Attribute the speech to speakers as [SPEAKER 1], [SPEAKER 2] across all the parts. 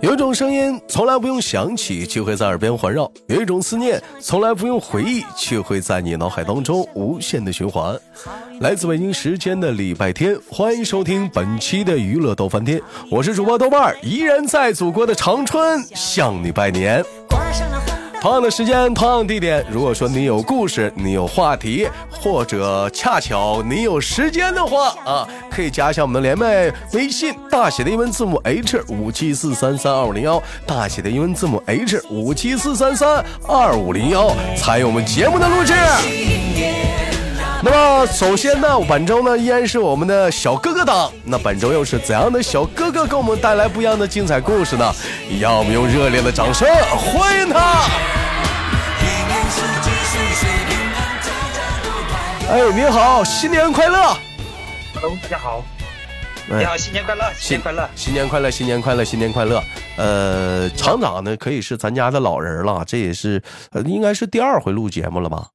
[SPEAKER 1] 有一种声音从来不用想起，却会在耳边环绕；有一种思念从来不用回忆，却会在你脑海当中无限的循环。来自北京时间的礼拜天，欢迎收听本期的娱乐逗翻天，我是主播豆瓣儿，依然在祖国的长春向你拜年。同样的时间，同样的地点。如果说你有故事，你有话题，或者恰巧你有时间的话啊，可以加一下我们的连麦微信，大写的英文字母 H 五七四三三二五零幺，大写的英文字母 H 五七四三三二五零幺，参与我们节目的录制。那么首先呢，本周呢依然是我们的小哥哥党。那本周又是怎样的小哥哥给我们带来不一样的精彩故事呢？让我们用热烈的掌声欢迎他！哎，你好，新年快乐！
[SPEAKER 2] Hello，大家嗯好，
[SPEAKER 1] 哎
[SPEAKER 2] 大家好，新年快乐，新年快乐。
[SPEAKER 1] 新年快乐，新年快乐，新年快乐！呃，厂长呢可以是咱家的老人了，这也是呃应该是第二回录节目了吧？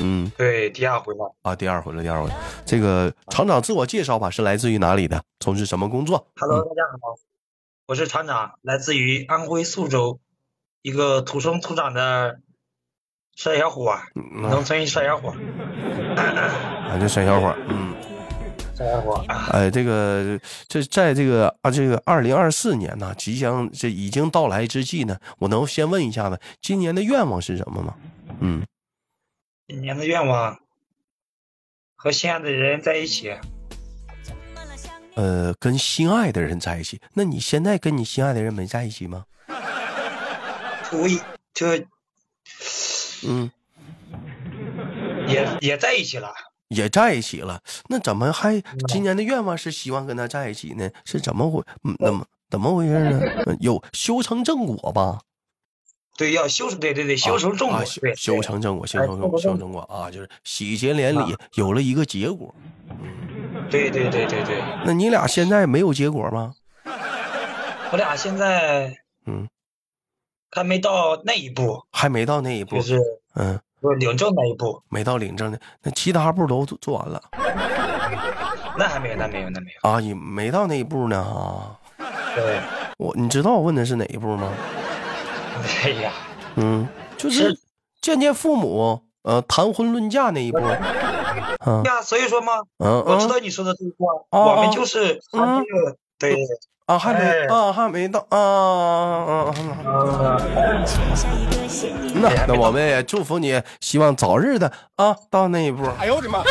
[SPEAKER 1] 嗯
[SPEAKER 2] 对，第二回了，
[SPEAKER 1] 啊，第二回了，第二回了。这个厂长自我介绍吧，是来自于哪里的？从事什么工作？
[SPEAKER 2] Hello，大家好，我是船长，来自于安徽宿州，一个土生土长的帅小伙儿，
[SPEAKER 1] 嗯
[SPEAKER 2] 农村帅小啊伙儿，
[SPEAKER 1] 啊，这沈小伙儿，嗯，
[SPEAKER 2] 帅小伙儿。
[SPEAKER 1] 哎，这个这在这个啊，这个二零二四年呢，即将这已经到来之际呢，我能先问一下子，今年的愿望是什么吗？嗯，
[SPEAKER 2] 今年的愿望和心爱的人在一起，
[SPEAKER 1] 呃，跟心爱的人在一起，那你现在跟你心爱的人没在一起吗？
[SPEAKER 2] 无意就
[SPEAKER 1] 嗯，
[SPEAKER 2] 也也在一起了。
[SPEAKER 1] 也在一起了，那怎么还
[SPEAKER 2] 嗯
[SPEAKER 1] 今年的愿望是希望跟他在一起呢？是怎么回？嗯怎
[SPEAKER 2] 哦
[SPEAKER 1] 么怎么回事呢？ 呃有修成正果吧？
[SPEAKER 2] 对，要修成，对对对，修成正果
[SPEAKER 1] 啊，，修
[SPEAKER 2] 对，哎
[SPEAKER 1] 修成正果，修成正果，修成正果啊，就是喜结连理，
[SPEAKER 2] 啊
[SPEAKER 1] 有了一个结果。
[SPEAKER 2] 对，对对对对对。
[SPEAKER 1] 那你俩现在没有结果吗？
[SPEAKER 2] 我俩现在
[SPEAKER 1] 嗯，
[SPEAKER 2] 还没到那一步，
[SPEAKER 1] 还没到那一步
[SPEAKER 2] 就，是
[SPEAKER 1] 嗯，
[SPEAKER 2] 就是领证那一步，
[SPEAKER 1] 没到领证呢。那其他步都做做完了
[SPEAKER 2] 那还没有，那没有，那没有。
[SPEAKER 1] 啊，也没到那一步呢啊。
[SPEAKER 2] 对，
[SPEAKER 1] 我你知道我问的是哪一步吗？
[SPEAKER 2] 哎呀，
[SPEAKER 1] 嗯，就是
[SPEAKER 2] 是
[SPEAKER 1] 见见父母，呃，谈婚论嫁那一步。啊
[SPEAKER 2] 呀，所以说嘛，
[SPEAKER 1] 嗯
[SPEAKER 2] 我知
[SPEAKER 1] 嗯
[SPEAKER 2] 道你说的对话，
[SPEAKER 1] 哦
[SPEAKER 2] 我
[SPEAKER 1] 哦
[SPEAKER 2] 们就是还没有对，
[SPEAKER 1] 啊，还没
[SPEAKER 2] 哎
[SPEAKER 1] 啊，还没到啊啊啊啊！啊
[SPEAKER 2] 嗯
[SPEAKER 1] 那那我们也祝福你，希望早日的啊到那一步。
[SPEAKER 3] 哎呦我的妈！
[SPEAKER 2] 啊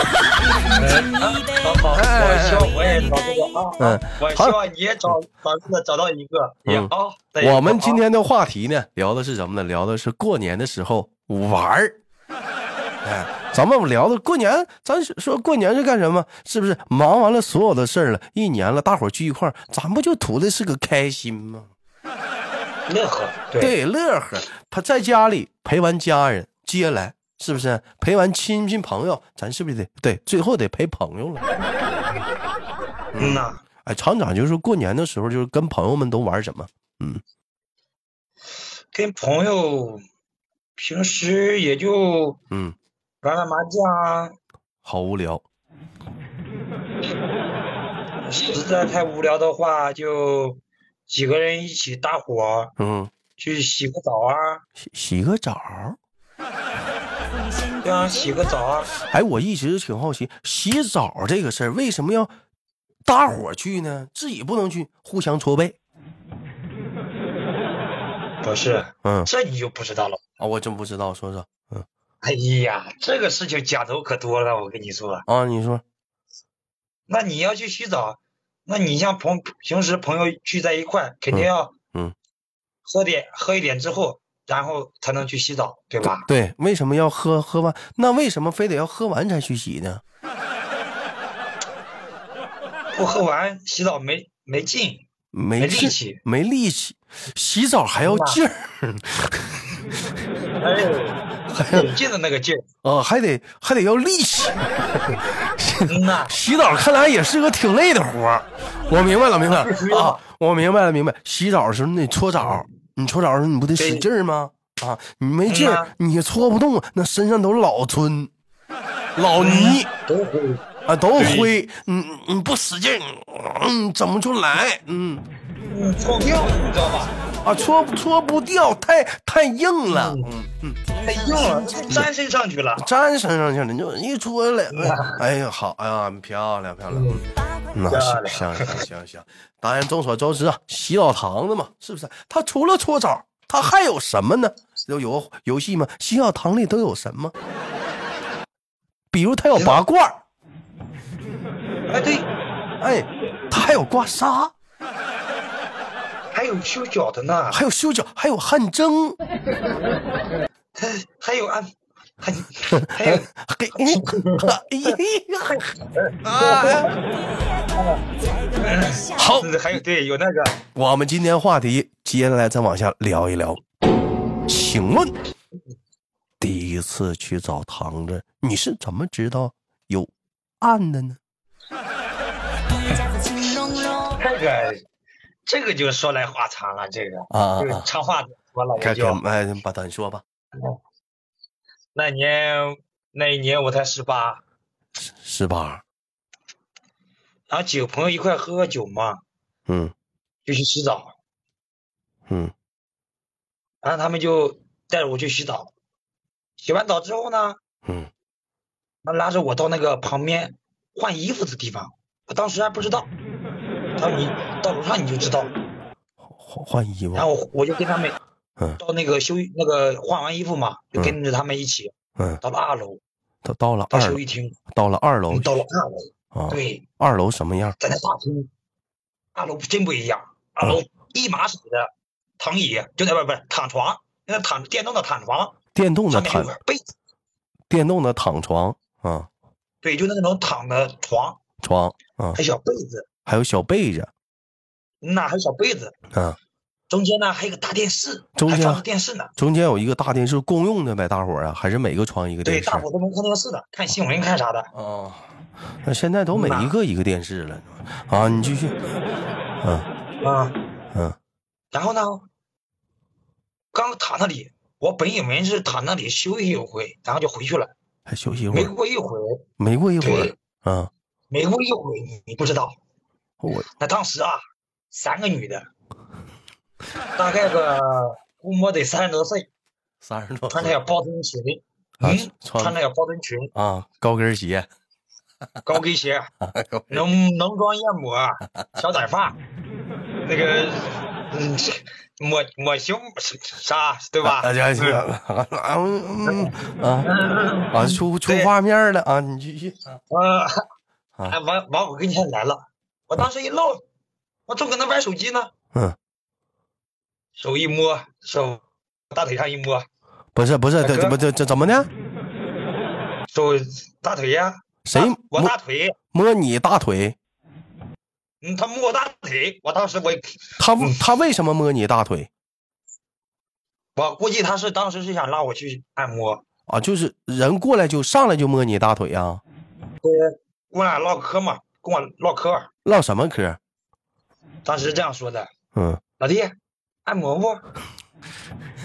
[SPEAKER 2] 哎好好，我希望我也找这个啊，
[SPEAKER 1] 嗯，
[SPEAKER 2] 我希望你也找找这个找到一个也
[SPEAKER 1] 嗯
[SPEAKER 2] 好。
[SPEAKER 1] 我们今天的话题呢，聊的是什么呢？聊的是过年的时候玩儿。哎，咱们聊的过年，咱是说过年是干什么？是不是忙完了所有的事儿了，一年了，大伙儿聚一块儿，咱不就图的是个开心吗？
[SPEAKER 2] 乐呵，对
[SPEAKER 1] 对，乐呵。他在家里陪完家人，接下来是不是陪完亲戚朋友？咱是不是得对？最后得陪朋友了。
[SPEAKER 2] 嗯呐，
[SPEAKER 1] 哎，厂长就是说过年的时候，就是跟朋友们都玩什么？
[SPEAKER 2] 跟朋友平时也就
[SPEAKER 1] 嗯，
[SPEAKER 2] 玩玩麻将
[SPEAKER 1] 好无聊。
[SPEAKER 2] 啊，实在太无聊的话就几个人一起搭伙
[SPEAKER 1] 嗯，
[SPEAKER 2] 去洗个澡啊，
[SPEAKER 1] 洗洗个澡儿。
[SPEAKER 2] 对啊，洗个澡啊，
[SPEAKER 1] 哎，我一直挺好奇，洗澡这个事儿为什么要搭伙去呢？自己不能去，互相搓背。
[SPEAKER 2] 不是。
[SPEAKER 1] 嗯
[SPEAKER 2] 这你就不知道了。
[SPEAKER 1] 啊，我真不知道，说说。嗯
[SPEAKER 2] 哎呀，这个事情假头可多了，我跟你说。
[SPEAKER 1] 啊，你说
[SPEAKER 2] 那你要去洗澡，那你像朋平时朋友聚在一块，肯定要
[SPEAKER 1] 嗯
[SPEAKER 2] 喝点喝一点之后，然后才能去洗澡，对吧？
[SPEAKER 1] 对？为什么要喝喝完？那为什么非得要喝完才去洗呢？
[SPEAKER 2] 不喝完洗澡没没劲。
[SPEAKER 1] 没
[SPEAKER 2] 没
[SPEAKER 1] 劲
[SPEAKER 2] 力气，
[SPEAKER 1] 没力气，洗澡还要
[SPEAKER 2] 是吧
[SPEAKER 1] 劲儿。
[SPEAKER 2] 哎呦，有劲的那个劲儿。
[SPEAKER 1] 啊，还得还得要力气。
[SPEAKER 2] 嗯呐，
[SPEAKER 1] 洗澡看来也是个挺累的活儿，我明白了，明白了啊，我明白了，明白。洗澡的时候你得搓澡，你搓澡的时候你不得使劲儿吗？啊，你没劲
[SPEAKER 2] 嗯
[SPEAKER 1] 儿
[SPEAKER 2] 啊，
[SPEAKER 1] 你搓不动，那身上都是老皴、老泥
[SPEAKER 2] 嗯都会
[SPEAKER 1] 啊，都是灰。你你不使劲儿，嗯，整不出来。嗯，
[SPEAKER 2] 嗯，臭尿，你知道吧？
[SPEAKER 1] 啊，搓搓不掉，太太硬了，嗯嗯，
[SPEAKER 2] 太硬哎了，粘身上去了。
[SPEAKER 1] 粘身上去了，你就一搓来，哎呀，好，哎呀，漂亮漂亮，嗯
[SPEAKER 3] 哎
[SPEAKER 1] 那行行行行行，当然众所周知啊，洗澡堂子嘛，是不是？它除了搓澡，它还有什么呢？有有游戏吗？洗澡堂里都有什么？比如它有拔罐儿，
[SPEAKER 2] 哎，对，
[SPEAKER 1] 哎，它还有刮痧，
[SPEAKER 2] 还有修脚的呢，
[SPEAKER 1] 还有修脚，还有汗蒸，
[SPEAKER 2] 还还有按，还还有
[SPEAKER 1] 嘿，哎嘿啊！好，
[SPEAKER 2] 嗯还有对有那个
[SPEAKER 1] 我们今天话题接下来再往下聊一聊。请问，第一次去澡堂子，你是怎么知道有暗的呢？
[SPEAKER 2] 这个，这个就说来话长了，这个
[SPEAKER 1] 啊
[SPEAKER 2] 就是长话短说了，
[SPEAKER 1] 看
[SPEAKER 2] 也就
[SPEAKER 1] 看，哎，把咱说吧，
[SPEAKER 2] 那年那一年我才十八，
[SPEAKER 1] 十八，
[SPEAKER 2] 然后几个朋友一块喝喝酒嘛，
[SPEAKER 1] 嗯
[SPEAKER 2] 就去洗澡，
[SPEAKER 1] 嗯
[SPEAKER 2] 然后他们就带着我去洗澡，洗完澡之后呢，
[SPEAKER 1] 嗯
[SPEAKER 2] 他拉着我到那个旁边换衣服的地方，我当时还不知道，他说你到楼上你就知道，
[SPEAKER 1] 哦换换衣服
[SPEAKER 2] 然，后我我就跟他们
[SPEAKER 1] 嗯
[SPEAKER 2] 到那个休那个换完衣服嘛，就跟着他们一起
[SPEAKER 1] 嗯，
[SPEAKER 2] 到了二楼，
[SPEAKER 1] 都到了
[SPEAKER 2] 到
[SPEAKER 1] 二
[SPEAKER 2] 休息厅，
[SPEAKER 1] 到了二
[SPEAKER 2] 我
[SPEAKER 1] 楼
[SPEAKER 2] 们到了二楼，
[SPEAKER 1] 啊，
[SPEAKER 2] 对，
[SPEAKER 1] 二楼什么样？
[SPEAKER 2] 在那大厅，二楼真不一样，二楼一码水的躺椅，就在不不是躺床，那躺电动的躺床，
[SPEAKER 1] 电动的
[SPEAKER 2] 上面有
[SPEAKER 1] 躺，
[SPEAKER 2] 个被子，
[SPEAKER 1] 电动的躺床啊，
[SPEAKER 2] 对，就那种躺的床，
[SPEAKER 1] 床啊，
[SPEAKER 2] 还有小被子，
[SPEAKER 1] 还有小被子
[SPEAKER 2] 那还有小被子，
[SPEAKER 1] 啊，
[SPEAKER 2] 中间呢还有个大电视，
[SPEAKER 1] 中间
[SPEAKER 2] 还放着电视呢。
[SPEAKER 1] 中间有一个大电视，公用的呗，大伙儿啊，还是每个床一个
[SPEAKER 2] 对，
[SPEAKER 1] 电视？
[SPEAKER 2] 大伙都能看电视的，看新闻看啥的。
[SPEAKER 1] 哦，那现在都每一个一个电视了啊！你继续，嗯
[SPEAKER 2] 啊，
[SPEAKER 1] 嗯
[SPEAKER 2] 然后呢，刚躺那里，我本以为是躺那里休息一会，然后就回去了。
[SPEAKER 1] 还休息一会
[SPEAKER 2] 没
[SPEAKER 1] 儿，
[SPEAKER 2] 过一会儿，
[SPEAKER 1] 没过一会儿
[SPEAKER 2] 对，
[SPEAKER 1] 啊，
[SPEAKER 2] 没过一会儿，你你不知道，
[SPEAKER 1] 我
[SPEAKER 2] 那当时啊，三个女的，大概个估摸得三十多岁，
[SPEAKER 1] 三十多
[SPEAKER 2] 穿着
[SPEAKER 1] 岁
[SPEAKER 2] 小包臀裙，
[SPEAKER 1] 啊
[SPEAKER 2] 嗯，
[SPEAKER 1] 穿
[SPEAKER 2] 穿着小包臀裙，
[SPEAKER 1] 啊，高跟鞋，
[SPEAKER 2] 高跟鞋，
[SPEAKER 1] 高跟
[SPEAKER 2] 浓浓妆艳抹，小短发，那个，嗯，抹抹胸啥，对吧？
[SPEAKER 1] 大家
[SPEAKER 2] 嗯
[SPEAKER 1] 啊啊嗯啊
[SPEAKER 2] 嗯，
[SPEAKER 1] 啊，出出
[SPEAKER 2] 对
[SPEAKER 1] 画面了啊！你继续，
[SPEAKER 2] 呃，
[SPEAKER 1] 啊
[SPEAKER 2] 哎往往我跟前来了，我当时一愣，我正搁那玩手机呢，
[SPEAKER 1] 嗯，
[SPEAKER 2] 手一摸，手大腿上一摸，
[SPEAKER 1] 不是不是，
[SPEAKER 2] 大
[SPEAKER 1] 这
[SPEAKER 2] 哥
[SPEAKER 1] 怎么这这怎么的？
[SPEAKER 2] 手大腿呀、
[SPEAKER 1] 谁
[SPEAKER 2] 大啊我
[SPEAKER 1] 摸
[SPEAKER 2] 大腿，
[SPEAKER 1] 摸你大腿？
[SPEAKER 2] 嗯，他摸我大腿，我当时我
[SPEAKER 1] 他他为什么摸你大腿
[SPEAKER 2] 我估计他是当时是想让我去按摩，
[SPEAKER 1] 啊？就是人过来就上来就摸你大腿啊？
[SPEAKER 2] 跟我俩唠嗑嘛，跟我唠嗑，
[SPEAKER 1] 唠什么嗑？
[SPEAKER 2] 当时这样说的，
[SPEAKER 1] 嗯，
[SPEAKER 2] 老弟，按摩不？
[SPEAKER 1] 啊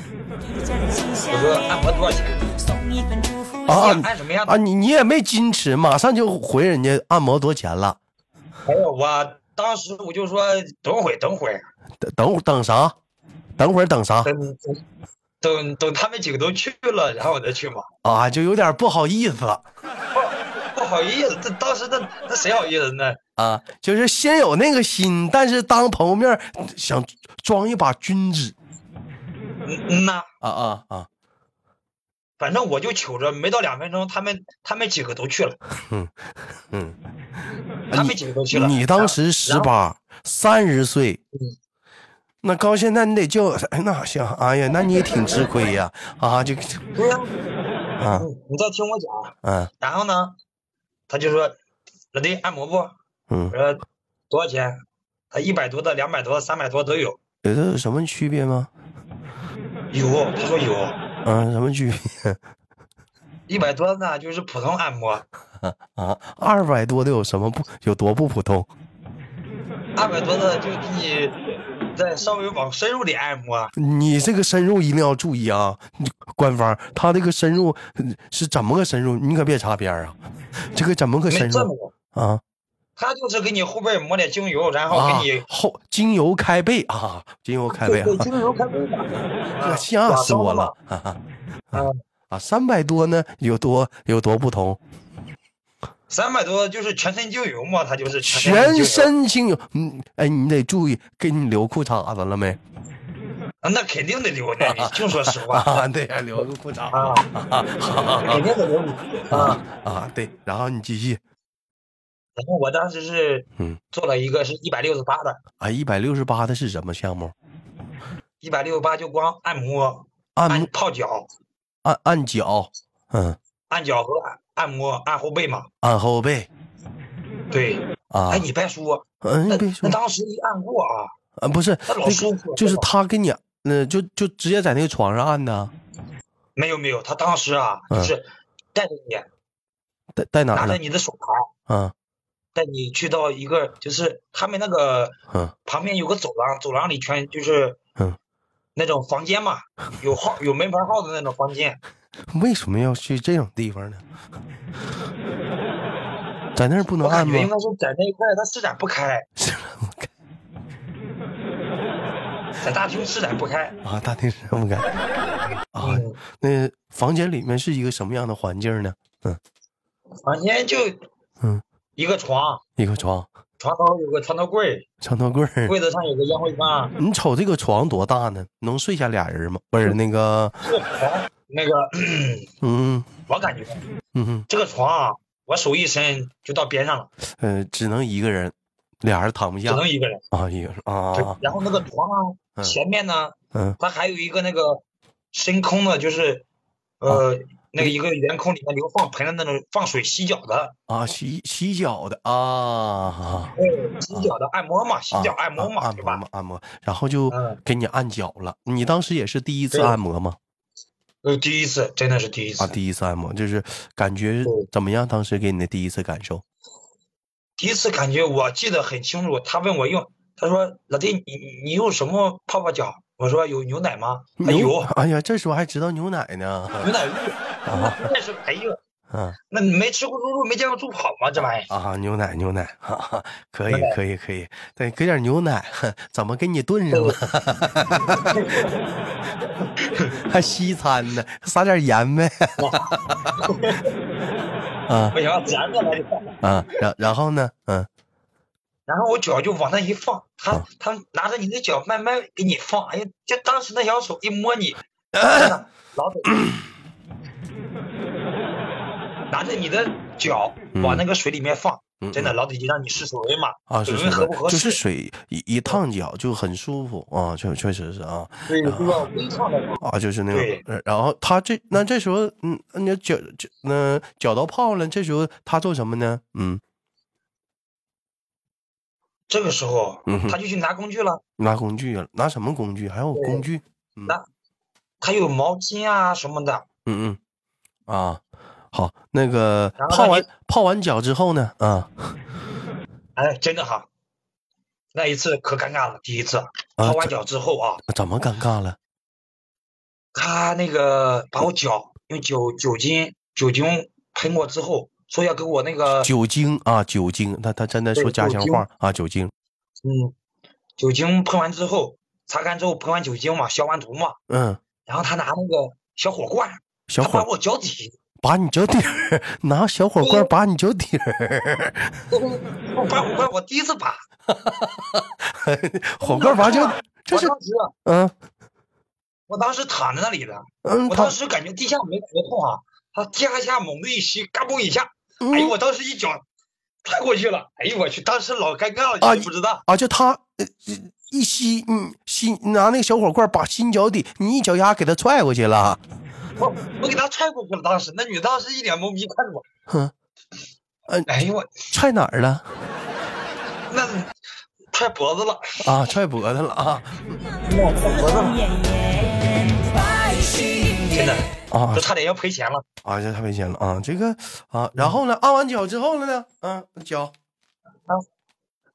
[SPEAKER 2] 我说按摩多少钱？
[SPEAKER 1] 啊
[SPEAKER 2] 你想按什么样的？
[SPEAKER 1] 啊，你你也没矜持，马上就回人家按摩多少钱了？
[SPEAKER 2] 没有，我当时我就说等会儿等会儿，
[SPEAKER 1] 等等等啥？等会儿等啥
[SPEAKER 2] 等等等等他们几个都去了，然后我再去嘛。
[SPEAKER 1] 啊？就有点不好意思了
[SPEAKER 2] 不好意思，这当时那那谁好意思呢？
[SPEAKER 1] 啊，就是先有那个心，但是当朋友面儿想装一把君子
[SPEAKER 2] 嗯嗯呐，
[SPEAKER 1] 啊啊啊！
[SPEAKER 2] 反正我就求着，没到两分钟，他们他们几个都去了，
[SPEAKER 1] 嗯，
[SPEAKER 2] 他们几个都去了。
[SPEAKER 1] 你当时十八三十岁
[SPEAKER 2] 嗯，
[SPEAKER 1] 那高现在你得叫哎那行，哎呀，那你也挺吃亏呀啊就
[SPEAKER 2] 然后对呀、
[SPEAKER 1] 啊
[SPEAKER 2] 嗯你再听我讲。
[SPEAKER 1] 嗯
[SPEAKER 2] 然后呢，他就说老弟按摩不？
[SPEAKER 1] 嗯
[SPEAKER 2] 我，说多少钱？他一百多的、两百多的、三百多都有。
[SPEAKER 1] 有的有什么区别吗？
[SPEAKER 2] 有，他说有。
[SPEAKER 1] 嗯、什么区别
[SPEAKER 2] 一百多的呢，就是普通按摩，
[SPEAKER 1] 啊？二百多的有什么不有多不普通？
[SPEAKER 2] 二百多的就给你再稍微往深入里按摩。
[SPEAKER 1] 你这个深入一定要注意啊！你官方他这个深入嗯是怎么个深入？你可别擦边儿啊！这个怎么个
[SPEAKER 2] 没
[SPEAKER 1] 深
[SPEAKER 2] 这么
[SPEAKER 1] 入
[SPEAKER 2] 个，
[SPEAKER 1] 啊？
[SPEAKER 2] 他就是给你后背抹点精油，然后给你
[SPEAKER 1] 啊、后精油开背啊，精油开背啊
[SPEAKER 2] 对，精油开背
[SPEAKER 1] 这
[SPEAKER 2] 啊，
[SPEAKER 1] 吓死我了啊
[SPEAKER 2] 打包嘛！
[SPEAKER 1] 啊！三百多呢，有多有多不同？
[SPEAKER 2] 三百多就是全身精油嘛，他就是身
[SPEAKER 1] 全
[SPEAKER 2] 精油
[SPEAKER 1] 身精油，嗯，哎，你得注意，给你留裤衩子了没？
[SPEAKER 2] 啊那肯定得 留着，你净说实话
[SPEAKER 1] 啊， 对，留个裤衩子
[SPEAKER 2] 啊，肯定得留着啊。
[SPEAKER 1] 啊啊，对，然后你继续，
[SPEAKER 2] 然后我当时是
[SPEAKER 1] 嗯
[SPEAKER 2] 做了一个是一百六十八的，
[SPEAKER 1] 啊，一百六十八的是什么项目？
[SPEAKER 2] 一百六十八就光按摩、
[SPEAKER 1] 按
[SPEAKER 2] 按
[SPEAKER 1] 摩
[SPEAKER 2] 泡脚、
[SPEAKER 1] 按按脚，嗯，
[SPEAKER 2] 按脚和按按摩、按后背嘛。
[SPEAKER 1] 按后啊背
[SPEAKER 2] 对，
[SPEAKER 1] 啊
[SPEAKER 2] 哎，，你别说，那
[SPEAKER 1] 嗯，别
[SPEAKER 2] 那
[SPEAKER 1] 说，
[SPEAKER 2] 当时一按过啊，
[SPEAKER 1] 啊，不是
[SPEAKER 2] 那老
[SPEAKER 1] 那
[SPEAKER 2] 舒
[SPEAKER 1] 个，
[SPEAKER 2] 服，
[SPEAKER 1] 就是
[SPEAKER 2] 真的
[SPEAKER 1] 他给你，嗯，就就直接在那个床上按的，
[SPEAKER 2] 没有没有，他当时啊
[SPEAKER 1] 嗯啊
[SPEAKER 2] 就是带着你
[SPEAKER 1] 带带哪
[SPEAKER 2] 拿
[SPEAKER 1] 儿
[SPEAKER 2] 着
[SPEAKER 1] 了？
[SPEAKER 2] 你的手牌，
[SPEAKER 1] 嗯
[SPEAKER 2] 带你去到一个就是他们那个
[SPEAKER 1] 嗯
[SPEAKER 2] 旁边有个走廊，走廊里全就是
[SPEAKER 1] 嗯
[SPEAKER 2] 那种房间 嘛，有号有门牌号的那种房间，
[SPEAKER 1] 为什么要去这种地方呢？ 在那儿不能
[SPEAKER 2] 我
[SPEAKER 1] 按
[SPEAKER 2] 感
[SPEAKER 1] 吗
[SPEAKER 2] 觉应？该是在那一块儿它施展不开， 在大厅施展不开。
[SPEAKER 1] 啊，大厅什 么感？啊，
[SPEAKER 2] 嗯，
[SPEAKER 1] 那房间里面是一个什么样的环境呢？
[SPEAKER 2] 房间就
[SPEAKER 1] 嗯
[SPEAKER 2] 一个床，
[SPEAKER 1] 一个床，
[SPEAKER 2] 床头有个床头柜，
[SPEAKER 1] 床头柜儿。
[SPEAKER 2] 柜子上有个烟灰缸，
[SPEAKER 1] 你瞅这个床多大呢？能睡下俩人吗？不是那个，
[SPEAKER 2] 这个床哎那个，
[SPEAKER 1] 嗯
[SPEAKER 2] 我感觉
[SPEAKER 1] 嗯嗯，
[SPEAKER 2] 这个床啊，我手一伸就到边上了，
[SPEAKER 1] 呃，只能一个人，俩人躺不
[SPEAKER 2] 只
[SPEAKER 1] 下
[SPEAKER 2] 能一个人。
[SPEAKER 1] 啊，一个人
[SPEAKER 2] 对
[SPEAKER 1] 啊，
[SPEAKER 2] 然后那个床啊，
[SPEAKER 1] 嗯
[SPEAKER 2] 前面呢，
[SPEAKER 1] 嗯
[SPEAKER 2] 它还有一个那个深空的，就是
[SPEAKER 1] 啊
[SPEAKER 2] 呃那个一个圆空里面留放盆的那种放水洗脚的，
[SPEAKER 1] 啊，洗洗脚的啊，
[SPEAKER 2] 对，洗脚的按摩嘛，洗脚按摩
[SPEAKER 1] 啊
[SPEAKER 2] 嘛，
[SPEAKER 1] 按
[SPEAKER 2] 对
[SPEAKER 1] 摩
[SPEAKER 2] 吧？
[SPEAKER 1] 嘛，按摩，然后就
[SPEAKER 2] 嗯
[SPEAKER 1] 给你按脚了。你当时也是第一次
[SPEAKER 2] 对
[SPEAKER 1] 按摩吗？
[SPEAKER 2] 呃，第一次，真的是第一
[SPEAKER 1] 啊，
[SPEAKER 2] 次，
[SPEAKER 1] 第一次按摩，就是感觉
[SPEAKER 2] 对
[SPEAKER 1] 怎么样？当时给你的第一次感受
[SPEAKER 2] 第一次感觉我记得很清楚。他问我用，他说老弟，你你你用什么泡泡脚？我说有牛奶吗？他
[SPEAKER 1] 牛
[SPEAKER 2] 有，
[SPEAKER 1] 哎呀，这时候还知道牛奶 呢，
[SPEAKER 2] 牛奶浴。那是哎呦，
[SPEAKER 1] 啊
[SPEAKER 2] 那你没吃过猪肉，没见过猪跑吗？这玩意儿
[SPEAKER 1] 啊，牛奶牛奶，哈哈，可以
[SPEAKER 2] 牛奶
[SPEAKER 1] 可以可以，对，给点牛奶，怎么给你炖上了？ 还西餐呢，撒点盐呗。啊
[SPEAKER 2] 不行，自然的来就好。
[SPEAKER 1] 啊，然然后呢？嗯
[SPEAKER 2] 然后我脚就往那一放，
[SPEAKER 1] 啊
[SPEAKER 2] 他他拿着你的脚慢慢给你放，哎呀，就当时那小手一 摸你，真的老得拿着你的脚往那个水里面放，
[SPEAKER 1] 嗯，
[SPEAKER 2] 真的
[SPEAKER 1] 嗯
[SPEAKER 2] 老得就让你试水温嘛，
[SPEAKER 1] 啊，
[SPEAKER 2] 水
[SPEAKER 1] 是
[SPEAKER 2] 温合
[SPEAKER 1] 是
[SPEAKER 2] 不合，
[SPEAKER 1] 就是
[SPEAKER 2] 适，
[SPEAKER 1] 水一一烫脚就很舒服啊，确确实是啊
[SPEAKER 2] 对，就要微烫的嘛，
[SPEAKER 1] 啊，就是那
[SPEAKER 2] 对
[SPEAKER 1] 种。呃然后他这那这时候，嗯，那脚脚那脚到泡了，这时候他做什么呢？嗯，
[SPEAKER 2] 这个时候
[SPEAKER 1] 嗯哼
[SPEAKER 2] 他就去拿工具了，
[SPEAKER 1] 拿工具了，拿什么工具？还有
[SPEAKER 2] 对
[SPEAKER 1] 工具？
[SPEAKER 2] 他有毛巾啊什么的，
[SPEAKER 1] 嗯嗯，啊，好，那个
[SPEAKER 2] 然后
[SPEAKER 1] 泡
[SPEAKER 2] 让
[SPEAKER 1] 完
[SPEAKER 2] 你
[SPEAKER 1] 泡完脚之后呢？啊
[SPEAKER 2] 哎，真的哈，那一次可尴尬了，第一次
[SPEAKER 1] 啊
[SPEAKER 2] 泡完脚之后啊，
[SPEAKER 1] 怎么尴尬了？
[SPEAKER 2] 他那个把我脚用酒酒精酒精喷过之后，说要给我那个
[SPEAKER 1] 酒精啊，酒精，他他真的说
[SPEAKER 2] 对
[SPEAKER 1] 家
[SPEAKER 2] 酒
[SPEAKER 1] 乡
[SPEAKER 2] 精
[SPEAKER 1] 话啊，酒精。
[SPEAKER 2] 嗯酒精喷完之后，擦干之后喷完酒精嘛，消完毒嘛，
[SPEAKER 1] 嗯，
[SPEAKER 2] 然后他拿那个小火罐，
[SPEAKER 1] 小
[SPEAKER 2] 他
[SPEAKER 1] 火
[SPEAKER 2] 把我脚底，
[SPEAKER 1] 把你脚底儿 拿小火罐儿把你脚底儿，
[SPEAKER 2] 我把火罐我第一次拔，
[SPEAKER 1] 火罐儿把脚，这是
[SPEAKER 2] 我当时
[SPEAKER 1] 嗯
[SPEAKER 2] 我当时躺在那里的，
[SPEAKER 1] 嗯，
[SPEAKER 2] 我哎
[SPEAKER 1] 他
[SPEAKER 2] 当时感觉地下没感觉痛啊，他啪一下猛地一吸，嘎嘣一下，哎呦
[SPEAKER 1] 嗯
[SPEAKER 2] 我当时一脚踹过去了，哎呦我去，当时老尴
[SPEAKER 1] 啊
[SPEAKER 2] 尬了，你都不知道，
[SPEAKER 1] 啊，就他呃一吸，嗯吸拿那个小火罐儿把新脚底，你一脚丫给他踹过去了，啊
[SPEAKER 2] 我 我给他踹过去了，当时那女的当时一脸懵逼看着我。
[SPEAKER 1] 哼，呃
[SPEAKER 2] 哎呦我
[SPEAKER 1] 踹哪儿了？
[SPEAKER 2] 那踹脖子了，
[SPEAKER 1] 啊，踹脖子了啊
[SPEAKER 2] 踹脖子了，真的
[SPEAKER 1] 啊
[SPEAKER 2] 都差点要赔钱了。
[SPEAKER 1] 啊，这太危险了啊！这个啊，然后呢，按完脚之后了呢，嗯、脚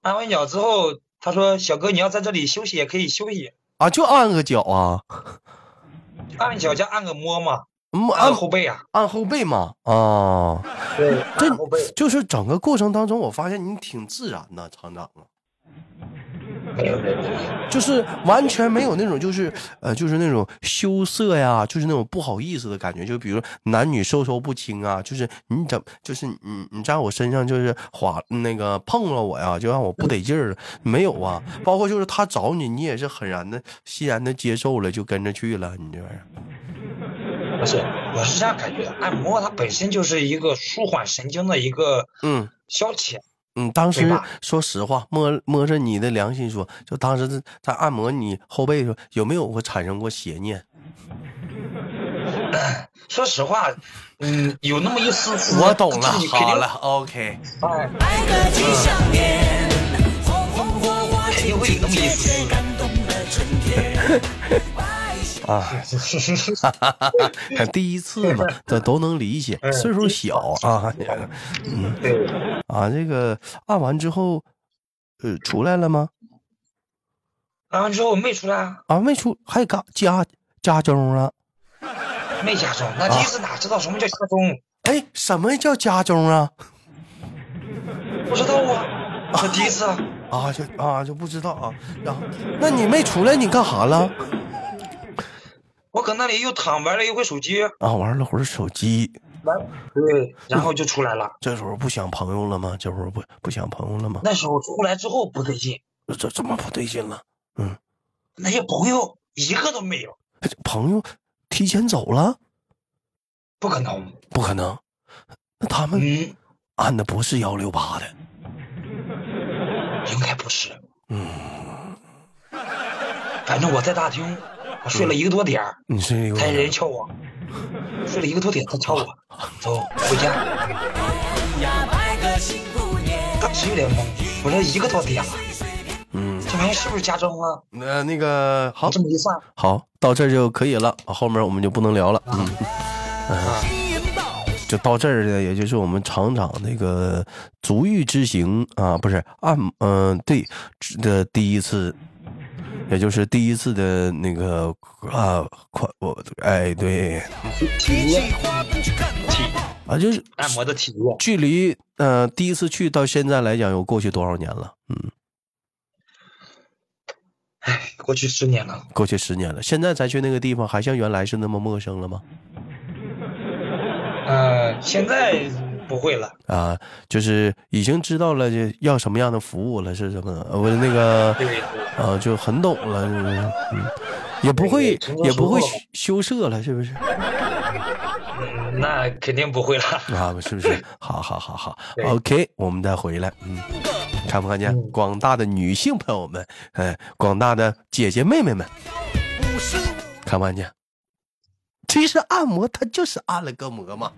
[SPEAKER 2] 按完脚之后，他说：“小哥，你要在这里休息也可以休息，
[SPEAKER 1] 啊，就按个脚啊
[SPEAKER 2] 按脚加按个摸嘛。
[SPEAKER 1] 嗯，
[SPEAKER 2] 按
[SPEAKER 1] 按
[SPEAKER 2] 后背啊，
[SPEAKER 1] 按后背嘛，哦，
[SPEAKER 2] 对，
[SPEAKER 1] 这
[SPEAKER 2] 按后背。
[SPEAKER 1] 就是整个过程当中，我发现你挺自然的，厂长啊，
[SPEAKER 2] 没有没有没有
[SPEAKER 1] 就是完全没有那种就是呃，就是那种羞涩呀，就是那种不好意思的感觉。就比如男女授受不亲啊，就是你怎就是你你在我身上就是划那个碰了我呀，就让我不得劲儿了，没有啊。包括就是他找你，你也是很然的欣然的接受了，就跟着去了，你这玩意儿。
[SPEAKER 2] 不是，我是这样感觉的，按摩它本身就是一个舒缓神经的一个
[SPEAKER 1] 嗯
[SPEAKER 2] 消遣，
[SPEAKER 1] 嗯，当
[SPEAKER 2] 对
[SPEAKER 1] 时
[SPEAKER 2] 吧
[SPEAKER 1] 说实话，摸摸着你的良心说，就当时在在按摩你后背的时候，有没有过产生过邪念？
[SPEAKER 2] 说实话，嗯，有那么一丝丝，
[SPEAKER 1] 我懂了
[SPEAKER 2] 自己，肯定
[SPEAKER 1] 好了，OK。
[SPEAKER 2] 哎，
[SPEAKER 3] 爱的去向天，红红火火，
[SPEAKER 2] 肯定会有那么一丝
[SPEAKER 3] 清清切切感动了春天。爱是
[SPEAKER 1] 啊，第一次 嘛，这都能理解，
[SPEAKER 2] 嗯
[SPEAKER 1] 岁数小啊，嗯
[SPEAKER 2] 对，
[SPEAKER 1] 啊，这个按完之后，呃，出来了吗？
[SPEAKER 2] 按完之后没出来啊，
[SPEAKER 1] 啊，没出，还嘎家家中啊了。
[SPEAKER 2] 没加钟，那第一次哪知道什么叫加钟？
[SPEAKER 1] 哎，什么叫家中啊？
[SPEAKER 2] 不知道啊，我第一次啊，
[SPEAKER 1] 啊，就啊就不知道啊。然后，那你没出来，你干啥了？
[SPEAKER 2] 我搁那里又躺玩了一会手机，
[SPEAKER 1] 啊，玩了会儿手机。
[SPEAKER 2] 玩，对，然后就出来了。
[SPEAKER 1] 这时候不想朋友了吗？这时候不不想朋友了吗？
[SPEAKER 2] 那时候出来之后不对劲，
[SPEAKER 1] 这怎么不对劲了？
[SPEAKER 2] 那些朋友一个都没有，
[SPEAKER 1] 哎这朋友提前走了？
[SPEAKER 2] 不可能，
[SPEAKER 1] 不可能，那他们
[SPEAKER 2] 嗯，
[SPEAKER 1] 按的不是幺六八的。
[SPEAKER 2] 应该不是。嗯，反正我在大厅，我睡了一个多点儿，
[SPEAKER 1] 你是有
[SPEAKER 2] 他人敲我，睡了一个多点，他敲我，走回家。
[SPEAKER 3] 呀，爱个幸福年，
[SPEAKER 2] 当时有点懵，我说一个多点了，
[SPEAKER 1] 嗯，
[SPEAKER 2] 这玩意儿是不是加钟啊？
[SPEAKER 1] 那、呃那个好
[SPEAKER 2] 这么一算，
[SPEAKER 1] 好到这儿就可以了，后面我们就不能聊了，嗯，
[SPEAKER 3] 吸引到
[SPEAKER 1] 就到这儿呢，也就是我们厂长那个足浴之行啊，不是按嗯、对的第一次。也就是第一次的那个啊，快我哎对
[SPEAKER 2] 体验
[SPEAKER 3] 花灯去看花
[SPEAKER 2] 体
[SPEAKER 3] 豹，
[SPEAKER 1] 啊，就是
[SPEAKER 2] 按摩的体验，
[SPEAKER 1] 距离呃第一次去到现在来讲，有过去多少年了？嗯，
[SPEAKER 2] 哎，过去十年了，
[SPEAKER 1] 过去十年了。现在再去那个地方，还像原来是那么陌生了吗？
[SPEAKER 2] 呃，现在不会了，
[SPEAKER 1] 啊，就是已经知道了这要什么样的服务了，是什么的？呃，不是那个，
[SPEAKER 2] 对，
[SPEAKER 1] 啊，就很懂了，是不是？嗯，也不会
[SPEAKER 2] 对对
[SPEAKER 1] 也不会
[SPEAKER 2] 成熟
[SPEAKER 1] 羞羞涩了，是不是？
[SPEAKER 2] 嗯，那肯定不会了。
[SPEAKER 1] 啊，是不是？好好好好
[SPEAKER 2] 对
[SPEAKER 1] ，OK，我们再回来，嗯。看不看见
[SPEAKER 2] 嗯
[SPEAKER 1] 广大的女性朋友们，哎，广大的姐姐妹妹们，
[SPEAKER 3] 五十五
[SPEAKER 1] 看不看见？其实按摩它就是按了个摩嘛。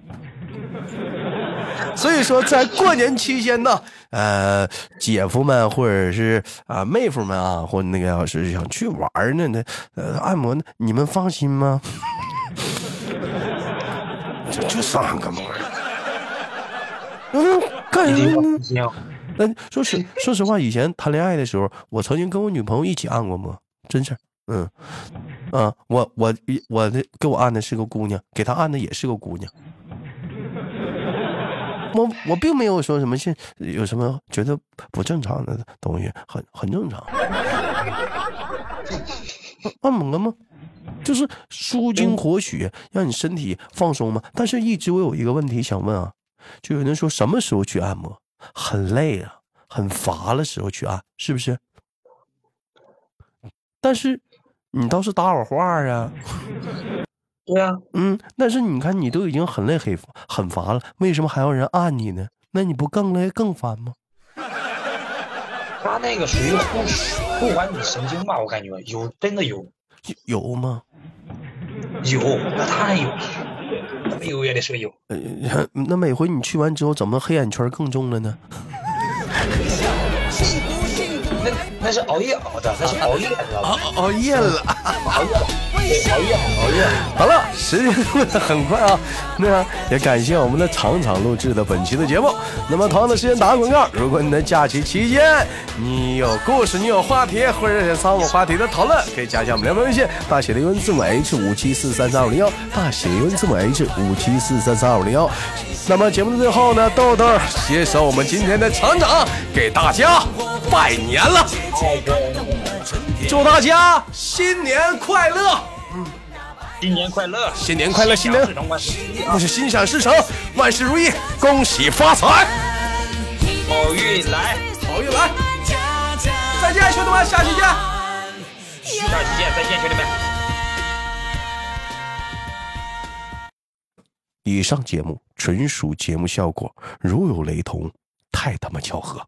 [SPEAKER 1] 所以说，在过年期间呢，呃，姐夫们或者是啊、妹夫们啊，或那个要是想去玩儿呢，那呃按摩呢，你们放心吗？ 就就上个摩。嗯，干
[SPEAKER 2] 一
[SPEAKER 1] 什么
[SPEAKER 2] 定要
[SPEAKER 1] 呢
[SPEAKER 2] 放？心啊，
[SPEAKER 1] 那说实说实话，以前谈恋爱的时候，我曾经跟我女朋友一起按过摩，真事儿。嗯，啊，我我我的给我按的是个姑娘，给她按的也是个姑娘。我我并没有说什么是有什么觉得不正常的东西，很很正常。按摩吗？就是舒筋活血，让你身体放松嘛。但是一直我有一个问题想问啊，就有人说什么时候去按摩？很累了、很乏了时候去按，是不是？但是你倒是搭我话啊，
[SPEAKER 2] 对啊，
[SPEAKER 1] 嗯，但是你看你都已经很累、很乏很乏了，为什么还要人按你呢？那你不更累更烦吗？
[SPEAKER 2] 他那个属于护护管你神经吧，我感觉有，真的有，
[SPEAKER 1] 有有吗？
[SPEAKER 2] 有，那当然有，那么有也得说有，
[SPEAKER 1] 呃， 那每回你去完之后，怎么黑眼圈更重了呢？
[SPEAKER 3] 幸福幸福
[SPEAKER 2] 那那是熬夜熬的，那是熬夜，知道
[SPEAKER 1] 熬
[SPEAKER 2] 吧？
[SPEAKER 1] 熬夜了。
[SPEAKER 2] 熬夜，熬夜，熬夜。
[SPEAKER 1] 好了，时间过得很快啊。那样也感谢我们的厂厂录制的本期的节目。那么同样的时间打个广告，如果你在假期期间你有故事，你有话题，或者想参与话题的讨论，可以加一下我们聊天微信，大写的英文字母 H 五七四三三五零幺，大写的英文字母 H 五七四三三五零幺。那么节目的最后呢，豆豆携手我们今天的厂长给大家拜年了，祝大家新年快乐！
[SPEAKER 2] 新年快乐，
[SPEAKER 1] 新年快乐，新年
[SPEAKER 2] 市场关系
[SPEAKER 1] 不是心想事成，万事如意，恭喜发财，
[SPEAKER 2] 好运来，
[SPEAKER 1] 好运来！再见，兄弟们，下期见。
[SPEAKER 2] 下期见，再见，兄弟们。
[SPEAKER 1] 以上节目纯属节目效果，如有雷同，太他妈巧合。